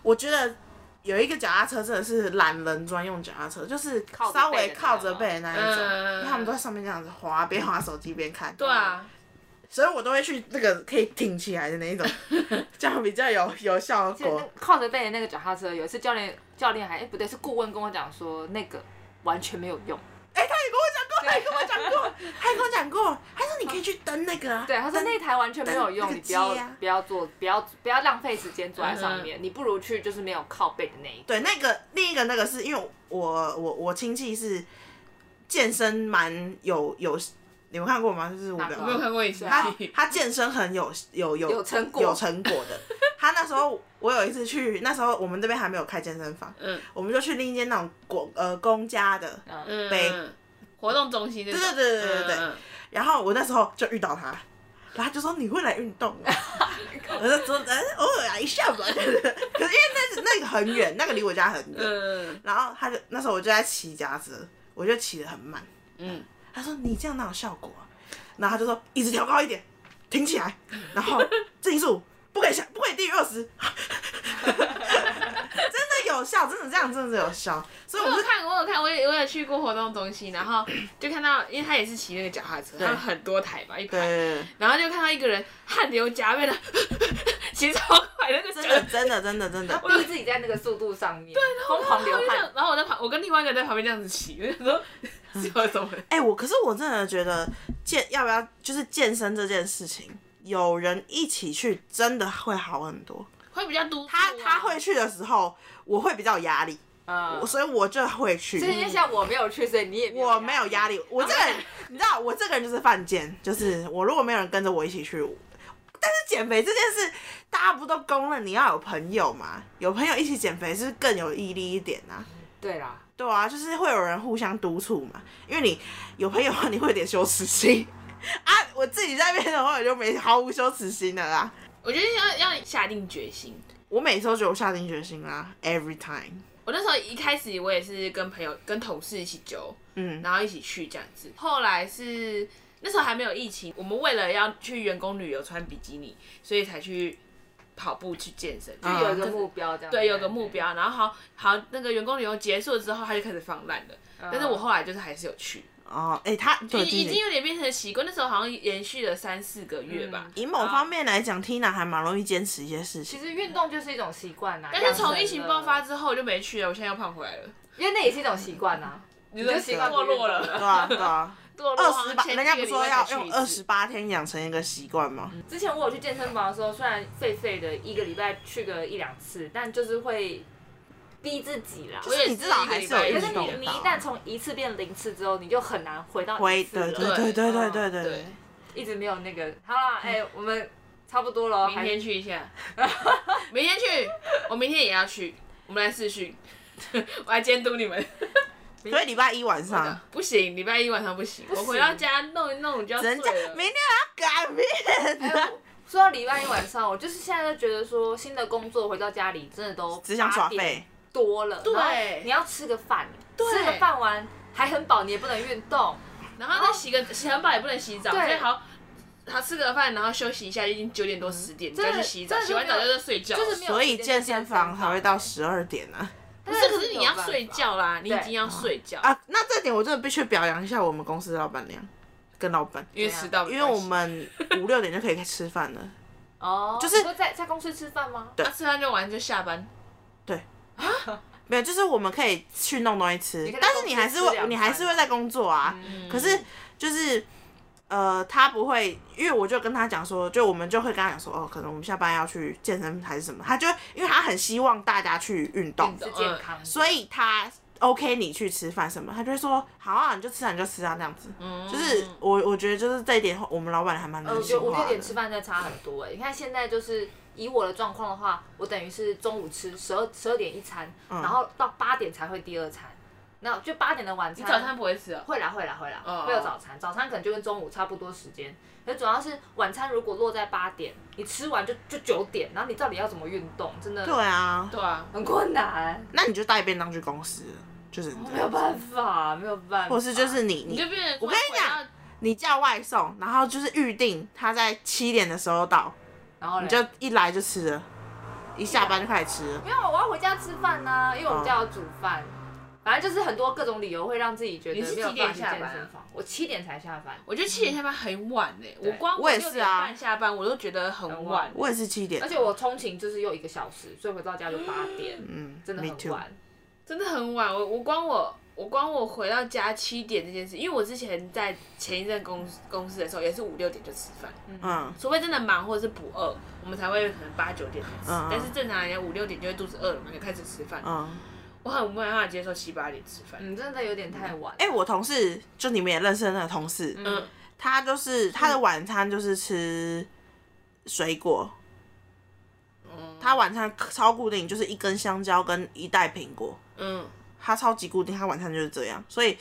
我觉得有一个脚踏车真的是懒人专用脚踏车，就是
靠着
稍微
背的那
靠着背的那一种，
嗯
因为他们都在上面这样子滑，边滑手机边看。
对，啊，
所以我都会去那个可以挺起来的那一 种，这样比较有有效
其实那
果。
靠着背的那个脚踏车，有一次教练教练还哎、不对，是顾问跟我讲说那个完全没有用。
哎、他也跟我讲过，他也跟我讲过，他也跟我讲过，他说你可以去登那个、啊，
对，他说
登
那台完全没有用，
那个
你不
机
要
啊
不要做，不要不要浪费时间坐在上面，你不如去就是没有靠背的那一个。
对，那个另一个那个是因为我我我亲戚是健身蛮有有，你们看过吗？就是我
哪
表
个
我没有看过影视
哦他
剧，
他健身很有有有
有成果
有成果的。他那时候我有一次去，那时候我们这边还没有开健身房，
嗯
我们就去另一间那种国呃公家的，
嗯，
嗯
北
嗯活动中心那种，
对对对对对对
嗯嗯
然后我那时候就遇到他，然后他就说你会来运动吗？ 我就说嗯偶尔来一下吧， 可是因为那那个很远，那个离我家很远，
嗯
然后他就那时候我就在骑夹子，我就骑得很慢，
嗯，
他说你这样哪有效果啊、然后他就说椅子调高一点，挺起来，然后这一数不可以下，不可以低于二十。真的有效，真的这样，真的有效。所以
我
我
有
是
看，我有看，我也我也去过活动中心，然后就看到，因为他也是骑那个脚踏车，他们很多台吧，一排，
对，
然后就看到一个人汗流浃背的， 骑超快，那个
真
脚
的真的真的真的，
逼自己在那个速度上面，对，疯狂流
我就
汗。
想然后我在旁，我跟另外一个人在旁边这样子骑，我就想 说是有什么？
哎、我可是我真的觉得健要不要就是健身这件事情，有人一起去真的会好很多。
会比较督促
他
啊
他会去的时候，我会比较有压力，
嗯，
所以我就会去。
就是因为像我没有去，所以你也
我没有压力，我这个人， 你知道，我这个人就是犯贱，就是我如果没有人跟着我一起去，我但是减肥这件事，大家不都公认你要有朋友嘛？有朋友一起减肥是更有毅力一点啊。
对啦，
对啊，就是会有人互相督促嘛，因为你有朋友的话，你会有点羞耻心啊。我自己在那边的话，我就没毫无羞耻心了啦。
我觉得要要下定决心。
我每次都觉得我下定决心啦，every time。
我那时候一开始我也是跟朋友、跟同事一起揪，
嗯，
然后一起去这样子。后来是那时候还没有疫情，我们为了要去员工旅游穿比基尼，所以才去跑步去健身，就
有
可
一个
是
目标这样子。
对有个目标。然后好好那个员工旅游结束之后，他就开始放烂了。但是我后来就是还是有去，
哦，哎、他对
已已经有点变成习惯。那时候好像延续了三四个月
嗯
吧。
以某方面来讲，Tina 还蛮容易坚持一些事
其
情。
实运动就是一种习惯呐。啊
但是从
养成
疫情爆发
了，
之后我就没去了，我现在又胖回来了。
因为那也是一种习惯啊呐。
你
就
的
习
习
惯
惯
不
堕
运
落
动了
了，
对啊，对啊，
堕落。
二
好
十
像
八，
前
人家
几
不
个
说
礼拜
要
才去
用
一
二
次
十八天养成一个习惯吗？
之前我有去健身房的时候，虽然废废的，一个礼拜去个一两次，但就是会逼自己啦。
我也
你至少还是有
也
可
运
是
一个
动
礼
你
拜
你一
到
旦从一次变零次之后，你就很难回到
回
一次
对
了，
对对对对对对
对，
一直没有那个。好 啦，哎、我们差不多了，
明天去一 下，明天去，我明天也要去，我们来试训， 我来监督你们。
对，所以礼拜一晚上。
不行，礼拜一晚上不行，我回到家弄一弄我就要睡
人家
了。
明天还要改
还
变，
还有说到礼拜一晚上，我就是现在就觉得说，新的工作回到家里真的都
只想耍
8点
废。
多了，
对
然后你要吃个饭，吃个饭完还很饱，你也不能运动，
然后
哦
再洗个洗很饱也不能洗澡，
对
所以好好吃个饭，然后休息一下，已经九点多十
嗯
点，你就要去洗澡，
真的
洗完澡就在睡觉。
就是没有
所以
时间
健身
去
房才会到十二点啊呢、
不
不是，可是你要睡觉啦，你已经要睡觉，
啊。那这点我真的必须表扬一下我们公司的老板娘跟老板，
因为迟到没
啊因
关系，
为我们五六点就可以吃饭了。
哦，
就是
你说在在公司吃饭吗？
那啊吃完就完就下班，
没有，就是我们可以去弄东西
你可
吃
以，在
但是你还是
公司吃两
会，
餐
你还是会在工作啊。可是
嗯
就是，呃，他不会，因为我就跟他讲说，就我们就会跟他讲说，哦，可能我们下班要去健身还是什么，他就因为他很希望大家去运动
运，
是
动
健康的，
所以他 OK 你去吃饭什么，他就会说好啊，你就吃啊，你就吃啊这样子。
嗯
就是我我觉得就是这一点，我们老板还蛮
嗯呃，我
人
觉
性
得五
化
六
的
点。吃饭真的差很多哎、你看现在就是以我的状况的话，我等于是中午吃十二十二点一餐，
嗯
然后到八点才会第二餐，那就八点的晚
你
餐。
早餐不会吃哦。
会啦会啦会啦，
哦
会有早餐，早餐可能就跟中午差不多时间。可主要是晚餐如果落在八点，你吃完就就九点，然后你到底要怎么运动，真的
对啊，
对啊，
很困难，
那你就带便当去公司，就是这
没有
样
办法，没有办法。
或是就是你
你
你
就变成
我跟你讲，你叫外送，然后就是预定他在七点的时候到，
然后
你
你
就一来就吃了，一下班就开始吃了。
没有，我要回家吃饭呐、因为我们家有煮饭。反正就是很多各种理由会让自己觉得
你是
没有
几点
办法去
下
健
班啊
身房。我七点才下班，
我觉得七点下班很晚呢、我光
我也
六
是
点
啊
半下班我都觉得很晚
晚。
我也是七点
而，且我通勤就是又一个小时，所以回到家就八点，
嗯，
真的
me
很
too。
晚。
真的很晚，我我光我我光我回到家七点这件事，因为我之前在前一阵公公司的时候也是五六点就吃饭，
嗯，
除非真的忙或者是不饿，我们才会可能八九点才吃。
嗯嗯
但是正常人家五六点就会肚子饿了嘛，就开始吃饭。
嗯，
我很没办法接受七八点吃饭。
嗯，真的有点太晚。
哎、我同事就你们也认识的那个同事，
嗯，
他
嗯
就是他的晚餐就是吃水果，
嗯
嗯
他晚餐超固定，就是一根香蕉跟一袋苹果，
嗯，
他超级固定，他晚餐就是这样，所以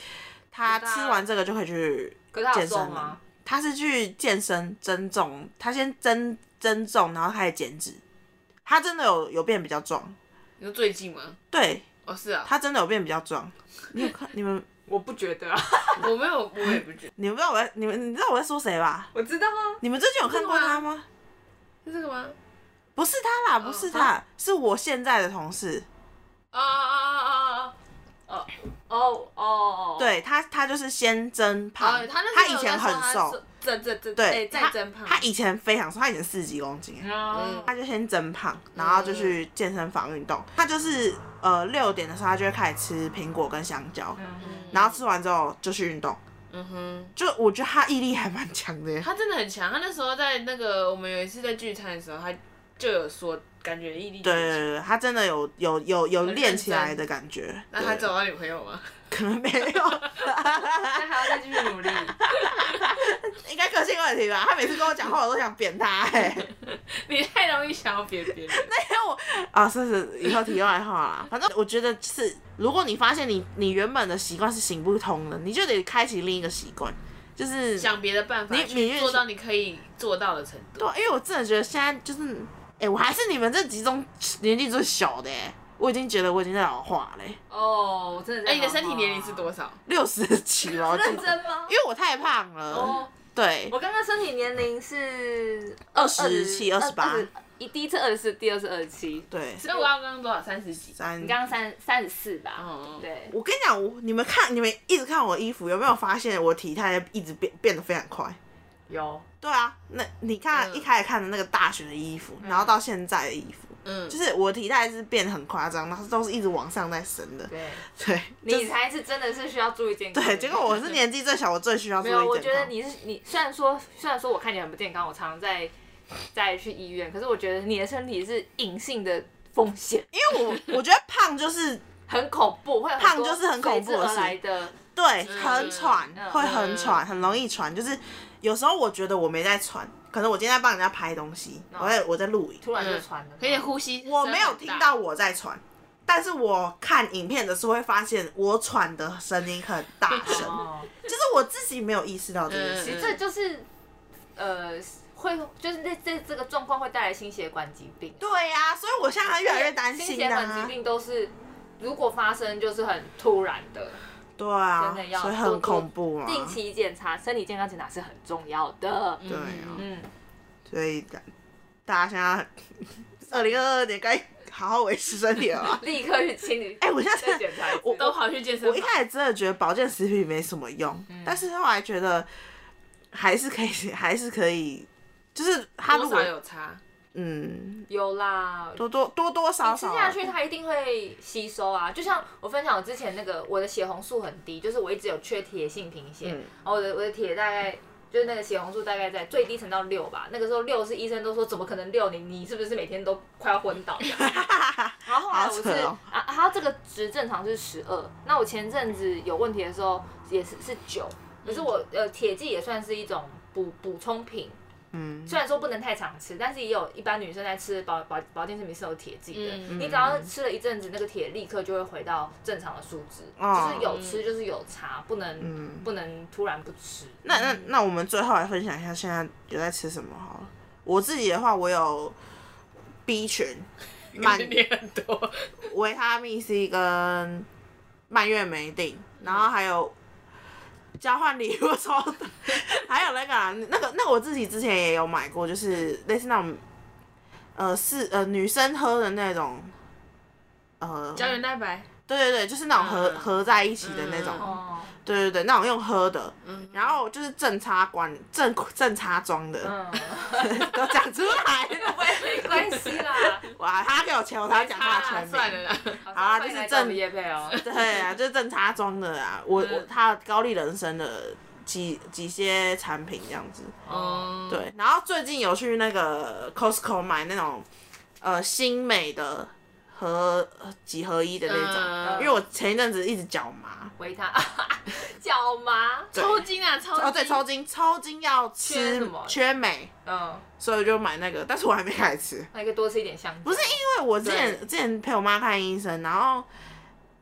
他
可是他
吃完这个就可以去
可是他有
健身
送
了
吗？。
他是去健身增重，他先增增重，然后开始减脂，他真的有有变比较壮，
你说最近吗？
对
哦，是啊，
他真的有变比较壮。你有看你们
我不觉得啊，
我没有，我也不觉得
你们不知道我在你们你知道我在说谁吧？
我知道啊，
你们最近有看过他吗？
是这个吗？
不是他啦，
哦
不是他，是我现在的同事。
啊啊啊啊啊啊！
哦哦哦，，
对他，他就是先增胖，
哦，他那时
他
候
以前
在说
很
他
瘦
是，，增增增，
对，
哎再
他
增胖，
他以前非常瘦，他以前四十几公斤，
嗯
嗯，
他就先增胖，然后就去健身房运动。他就是呃六点的时候，他就会开始吃苹果跟香蕉，然后吃完之后就去运动。
嗯哼。
就我觉得他毅力还蛮强的耶，
他真的很强，他那时候在那个我们有一次在聚餐的时候，他就有说感觉毅力
对
很
对
强。
对，对他真的有有有有
认
练起来
真
的感觉。
那他
对
找到女朋友吗？
可能没有，
但还要再继续努力。
应该个性问题吧。他每次跟我讲话，我都想扁他哎。
你太容易想要别别 人。
啊，是是，以后题外话啦。反正我觉得是，如果你发现你你原本的习惯是行不通的，你就得开启另一个习惯，就是
想别的办法
你你越
去做到你可以做到的程度
对。，啊因为我真的觉得现在就是，哎、我还是你们这集中年纪最小的、欸，我已经觉得我已经在老化哎嘞、
哦，我真的在。
哎，你的身体年龄是多？少？
六十几了，我记
认
得
真吗
因？为我太胖了。
哦，
对，
我刚刚身体年龄是
二十七、二十八，，
一第一次二十四，第二次二十七，
对，
所以我刚刚多少三十几？
三
你。刚刚三三十四吧？
嗯
哦，
对，
我跟你讲，我你们看，你们一直看我衣服，有没有发现我体态一直变变得非常快？
有
对啊，那你看、
嗯
一开始看的那个大学的衣服，然后到现在的衣服，
嗯，
就是是我体态是变得很夸张，然后都是一直往上在升的。
对，
对，
你才是真的是需要注意健康。
对，结果我是年纪最小，我最需要注
没
意
有，我觉
健
得
康。
你是你，虽然说虽然说我看你很不健康，我常常在在去医院，可是我觉得你的身体是隐性的风险，
因为我我觉得胖就是
很恐怖，会有
胖
多
就是很恐怖
随
的
之
事
而来的。
对，
嗯
很喘，
嗯
会很喘，很容易喘。就是有时候我觉得我没在喘，可能我今天在帮人家拍东西，
嗯
我在我在录影，
突然就传了，
嗯可以呼吸，
我没有听到我在喘，但是我看影片的时候会发现我喘的声音很大声，
哦，嗯
就是我自己没有意识到这件
其
事。
实这就是呃会就是这这这个状况会带来心血管疾病，
对呀、所以我现在越来越担
心
心
血管疾
啊。
病都是如果发生就是很突然的，
对啊
真的，要
所以
多
很
多
恐怖啊。
定期检查，身体健康检查是很重要的。
对
对啊
嗯，
所以大大家现在二 零二二年该好好维持身体了 吧。
立刻去清理。
哎、我现在真
再
的
检查一次
我
都跑去健身
我一
房。
开始真的觉得保健食品没什么用，
嗯
但是后来觉得还是可以，还是可以，就是它如
多
果
少有差，
嗯
有啦，
多多多多少啊
吃
少
下去它一定会吸收啊。就像我分享我之前那个，我的血红素很低，就是我一直有缺铁性贫血，
嗯
然后我的我的铁大概。就是那个血红素大概在最低层到六吧，那个时候六是医生都说怎么可能六？你你是不是每天都快要昏倒？ 然后后来我
好扯
是、
哦
啊，它这个值正常是十二，那我前阵子有问题的时候也是是九，可是我呃铁剂也算是一种补补充品，
嗯，
虽然说不能太常吃，但是也有一般女生在吃保保保健食品是有铁剂的。
嗯
你只要吃了一阵子，那个铁立刻就会回到正常的数值。
哦
就是有吃就是有查，不能、
嗯
不能突然不吃。
那那那我们最后来分享一下现在有在吃什么好了。我自己的话，我有 B 群、蔓
你很多，
维他命 C 跟蔓越莓定，然后还有交换礼物抽的，还有那个啊那个那个我自己之前也有买过，就是类似那种呃是呃女生喝的那种，呃
胶原蛋白，
对对对，就是那种合、
嗯
合在一起的那种，
嗯
哦，
对对对，那种用喝的，
嗯
然后就是正插管正正插装的，
嗯，
都讲 出来了，
没关系 啦。
哇，他给我钱，我才讲他的全
啊，
名。
算了啦，
好
啊
欢迎
就是
来
正
找我们叶配哦。
对啊，就是正插装的啊，我我
嗯
他高丽人参的几几些产品这样子，
嗯，，
对。然后最近有去那个 Costco 买那种呃新美的和几合一的那种，
嗯
因为我前一阵子一直脚麻，
维他脚 麻，
对
抽筋啊，抽筋
哦对，抽筋，抽筋要吃
缺什么
缺镁，
嗯，
所以我就买那个，但是我还没开始吃。
那你可以多吃一点香
不是因为我之前之前陪我妈看医生，然后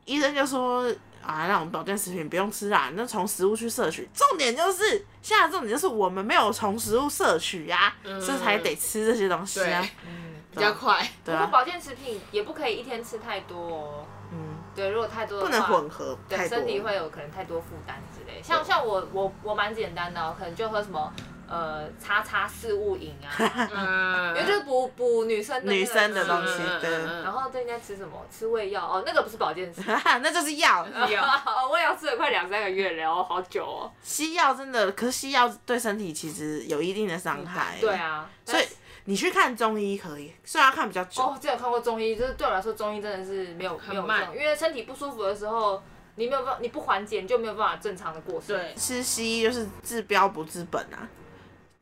医生就说啊，那种保健食品不用吃啦，那从食物去摄取。重点就是现在重点就是我们没有从食物摄取呀、
嗯
所以才得吃这些东西啊
对。
嗯，
比较快，
对
不过
啊，
保健食品也不可以一天吃太多哦。
嗯，
对，如果太多的
不
话
能混合
对，
太多
身。体会有可能太多负担之类。像像我我我蛮简单的、哦，可能就喝什么呃叉叉四物饮啊，
嗯，
因 为就是补补女生的那个
女生的东西
嗯嗯
对。
嗯
然后最近在吃什么？吃胃药哦，那个不是保健食 啊
那就是药，
嗯有
哦胃药吃了快两三个月了哦，好久哦。
西药真的，可是西药对身体其实有一定的伤害。
对，啊，
哎所以你去看中医可以，虽然要看比较久，
哦，之前有看过中医，就是对我来说中医真的是没有没有
慢
用，因为身体不舒服的时候，你没有办法，你不缓解，你就没有办法正常的过生活。
对，
吃西医就是治标不治本啊，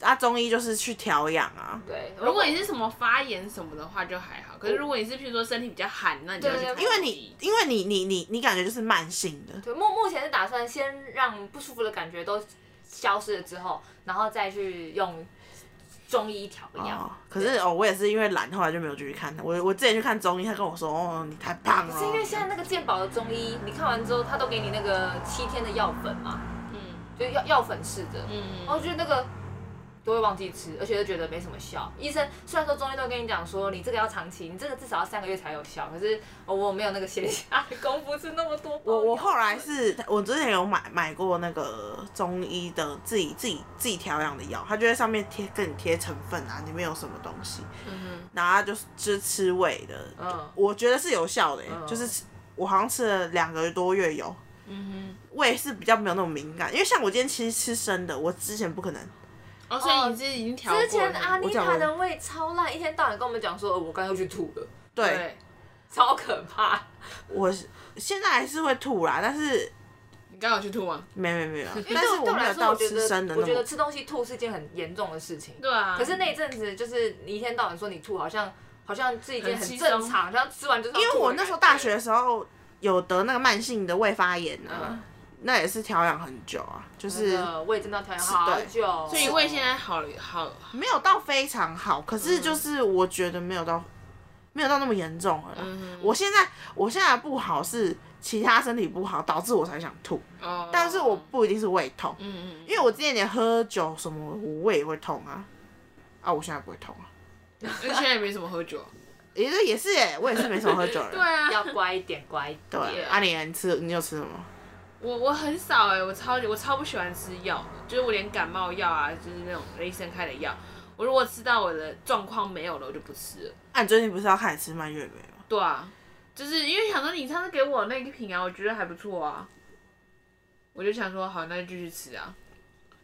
啊，中医就是去调养啊。
对，
如果你是什么发炎什么的话就还好，可是
哦
如果你是譬如说身体比较寒，那你就要去
对对
看
对
因为你，因为你，你，你，你感觉就是慢性的，
对，目目前是打算先让不舒服的感觉都消失了之后，然后再去用中医调药。
哦，可是哦，我也是因为懒，后来就没有继续看了。我我之前去看中医，他跟我说，哦，你太胖了。
是因为现在那个健保的中医，你看完之后，他都给你那个七天的药粉嘛，
嗯
就药药粉式的。
嗯
然后就那个都会忘记吃，而且就觉得没什么效。医生虽然说中医都跟你讲说你这个要长期，你这个至少要三个月才有效，可是、哦我没有那个闲暇的功夫吃那么多包
我我
药
后来是我之前有买买过那个中医的自己自己自己调养的药，它就在上面贴跟你贴成分啊，里面有什么东西，
嗯
然后它就是就是吃胃的，
嗯
我觉得是有效的、欸
嗯
就是吃我好像吃了两个多月有，
嗯
胃是比较没有那么敏感，因为像我今天其实吃生的，我之前不可能，
哼，哦，所以你是已经调过了
之前阿妮
我讲
塔
完
的胃超烂，一天到晚跟我们讲说，呃我刚刚又去吐了，
对
超可怕。
我现在还是会吐啦，但是
你刚好去吐啊吗？
没没没有，
因为
但
对
是
我对我
没
来
有
说，
到
我觉
吃生的
得我
那
觉得
么，
吃东西吐是一件很严重的事情。
对啊，
可是那一阵子，就是你一天到晚说你吐，好像好像是一件
很
很
稀
正
松
常，好像吃完就是要
因为
吐的
我
感
那时候
觉
大学的时候有得那个慢性的胃发炎啊，
嗯
那也是调养很久啊，就是
真的胃真的调养好
对
久，
所以胃现在好好，
没有到非常好，可是就是我觉得没有到没有到那么严重了啦。
嗯
我现在我现在的不好是其他身体不好导致我才想吐，
哦，
但是我不一定是胃痛，
嗯嗯
因为我之前连喝酒什么我胃也会痛啊，啊我现在不会痛啊，
嗯，而且现在也没什么喝酒，啊
也是也是耶，我也是没什么喝酒的人。
对啊，
要乖一点，乖一
对
点。
啊你你吃你有吃什么？
我我很少哎、我超级我超不喜欢吃药的，就是我连感冒药啊，就是那种医生开的药，我如果吃到我的状况没有了，我就不吃了。
啊你最近不是要开始吃蔓越莓吗？
对啊，就是因为想说你上次给我那一瓶啊，我觉得还不错啊，我就想说好，那就继续吃啊。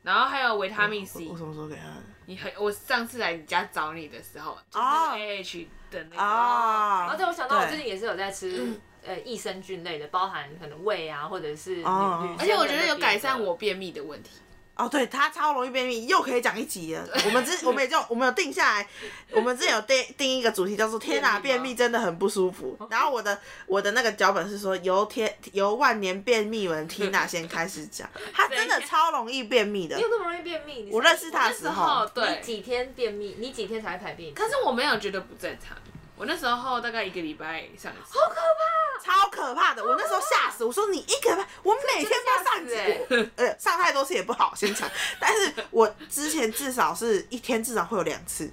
然后还有维他命 C，
哦我我什么时候给他的？
你很我上次来你家找你的时候，就是
哦
A H 的那个，
啊
然后这哦我想到，我
对
最近也是有在吃呃益生菌类的，包含可能胃啊，或者是
哦
女
而且我觉得有改善我便秘的问题。
哦，对，他超容易便秘，又可以讲一集了。我们之我们也就我们有定下来，我们之前有定定一个主题叫做“天哪、
便秘
便
吗
秘真的很不舒服”。然后我的我的那个脚本是说由天由万年便秘文 Tina 先开始讲，他真的超容易便秘的
你。有那么容易便秘？你是
我认识他
那
的
时
时
候
候，
对
你，几天便秘？你几天才排便？
可是我没有觉得不正常，我那时候大概一个礼拜上一次。
超可怕的。我那时候吓死，我说你一个礼拜，我每天都上
真的吓
节， 呃，上太多次也不好，先讲。但是我之前至少是一天至少会有两次，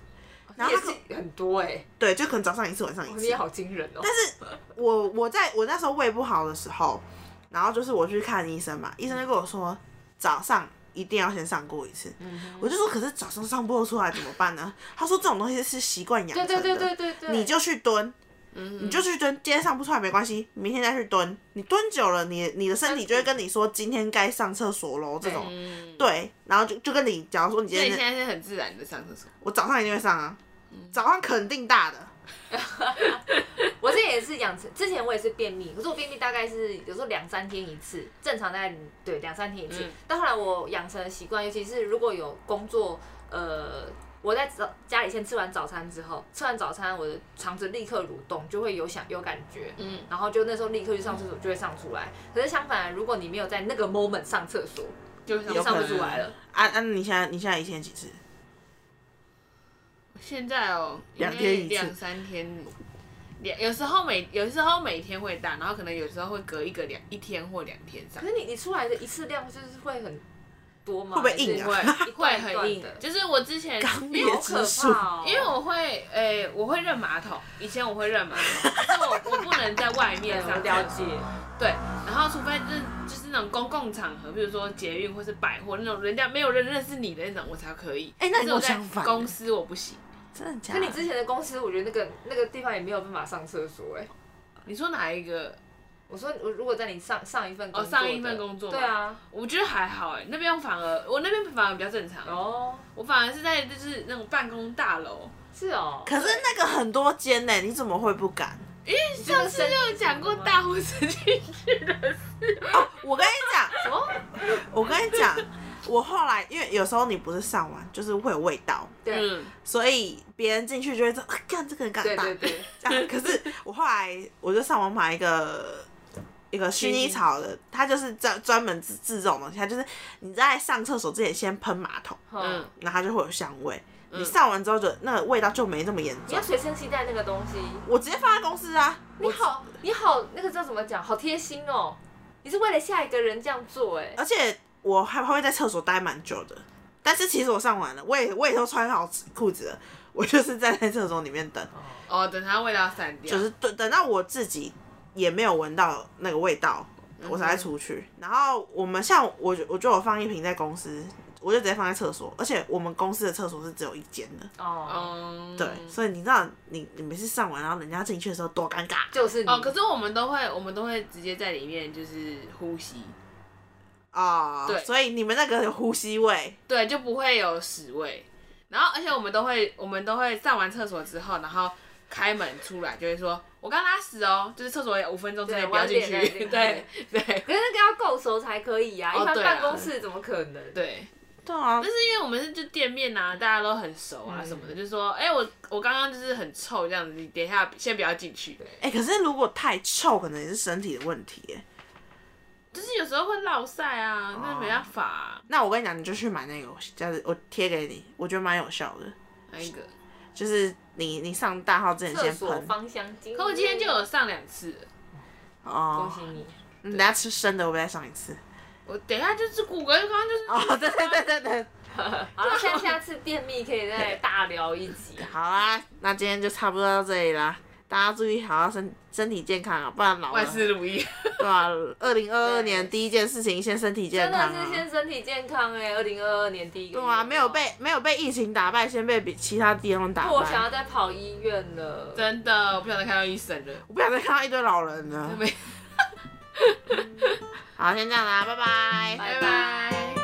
然后他可
哦是很多哎，
对，就可能早上一次，晚上一次。
你也好惊人哦。但是
我我在我那时候胃不好的时候，然后就是我去看医生
嗯
嘛，医生就跟我说早上一定要先上过一次。
嗯
嗯
我就说可是早上上不出来怎么办呢？他说这种东西是习惯养成
对
的，
对对对对对，嗯
你就去蹲。你就去蹲，今天上不出来没关系，明天再去蹲。你蹲久了，你你的身体就会跟你说今天该上厕所喽，这种
嗯，
对，然后就就跟你，假如说你今
所以
天
现在是很自然的上厕所。
我早上一定会上啊，
嗯
早上肯定大的，
我这也是养成，之前我也是便秘，可是我便秘大概是有时候两三天一次，正常大概对两三天一次。
嗯
但后来我养成了习惯，尤其是如果有工作，呃，我在早家里先吃完早餐之后，吃完早餐我的肠子立刻蠕动，就会有想有感觉。
嗯，
然后就那时候立刻去上厕所，就会上出来。可是相反，如果你没有在那个 moment 上厕所，
就是
你
上
有可
上
上不
能
不出
出来
来
了。
了。
啊啊！你现在你现在一天几次？
现在哦，
两天一次
应该两三天，两有时候每有时候每天会大，然后可能有时候会隔一个两一天或两天上
可。是你你出来的一次量就是会很多
会
吗？
不会硬啊
会
还是 一
会
段一段
很硬
的，，
就是我之前
刚
因
烈
为
好可
之术
怕哦！
因为我会诶、我会认马桶，以前我会认马桶，但是我我不能在外面上
我
厕
了
所
解。
对，然后除非就是就是那种公共场合，比如说捷运或是百货那种，人家没有人认识你的那种，我才可以。
哎那
但
你
是我
跟我
在
相反
公司我不行。
真的假
可你之前的公司，我觉得那个那个地方也没有办法上厕所哎、
你说哪一个？
我说，我如果在你上上一份工
哦，
作的
上一份工作。
对。啊，
我觉得还好哎，那边反而我那边反而比较正常。
哦，
我反而是在就是那种办公大楼，
是哦。
可是那个很多间呢、你怎么会不敢？
上次就有讲过大呼神经去的事。
哦，我跟你讲，
什么？
我跟你讲，我后来因为有时候你不是上完，就是会有味道，
对
嗯，
所以别人进去就会说，啊，干这个人敢
对
打
对对，
这样。啊可是我后来我就上网买一个。一个薰衣草的，它就是专专门制制这种东西，它就是你在上厕所之前先喷马桶，
嗯，
然后它就会有香味。
嗯
你上完之后就那个味道就没那么严
你
重
要。随身携带那个东西。
我直接放在公司啊，
你好，你好，那个叫怎么讲？好贴心哦，你是为了下一个人这样做哎、
而且我还会在厕所待蛮久的，但是其实我上完了，我也我也都穿好裤子了，我就是站在厕所里面等，
哦，等它味道散掉，
就是等等到我自己也没有闻到那个味道，我
嗯
才出去。然后我们像我就我就有放一瓶在公司，我就直接放在厕所，而且我们公司的厕所是只有一间的，
哦，
嗯，
对，所以你知道你你每次上完，然后人家进去的时候多尴尬。
就是你
哦，可是我们都会，我们都会直接在里面就是呼吸，
哦，
对
所以你们那个有呼吸味，
对，就不会有屎味。然后，而且我们都会，我们都会上完厕所之后，然后开门出来就会说：“我刚拉屎哦。”就是厕所有五分钟之内
对
不要进去
晚点。再进
对对
可是那个要够熟才可以呀、
哦
一般
对啊
办公室怎么可能？
对，
对啊
但，
嗯
是因为我们是就店面啊，大家都很熟啊什么的，就说：“哎、我我刚刚就是很臭这样子，你等一下先不要进去。
哎、可是如果太臭，可能也是身体的问题耶。”
就是有时候会落晒啊，那没办法、啊。
那我跟你讲，你就去买那个，我下次我贴给你，我觉得蛮有效的。
哪一个？
就是你你上大号之前
厕
先
所
喷
芳香精。
可我今天就有上两次了，
哦
恭，喜你，
你嗯等下吃生的，我再上一次。
我等一下就是骨骼，刚刚就是
哦，对对对对对，
好了，下下次便秘可以再大聊一集。啊
好啦，那今天就差不多到这里啦。大家注意好好身身体健康啊，不然老
万
了
事如意。
对吧？二零二二
对
年第一件事情，先身体健
真
康
的是
啊
先。身体健康哎、欸，二零二二年第一个。
对啊，没有。被没有被疫情打败，先被比其他地方打败。
我想要再跑医院了。
真的，我不想再看到医生了。
我不想再看到一堆老 人了。
没，
好，先这样啦，拜拜。
拜
拜拜。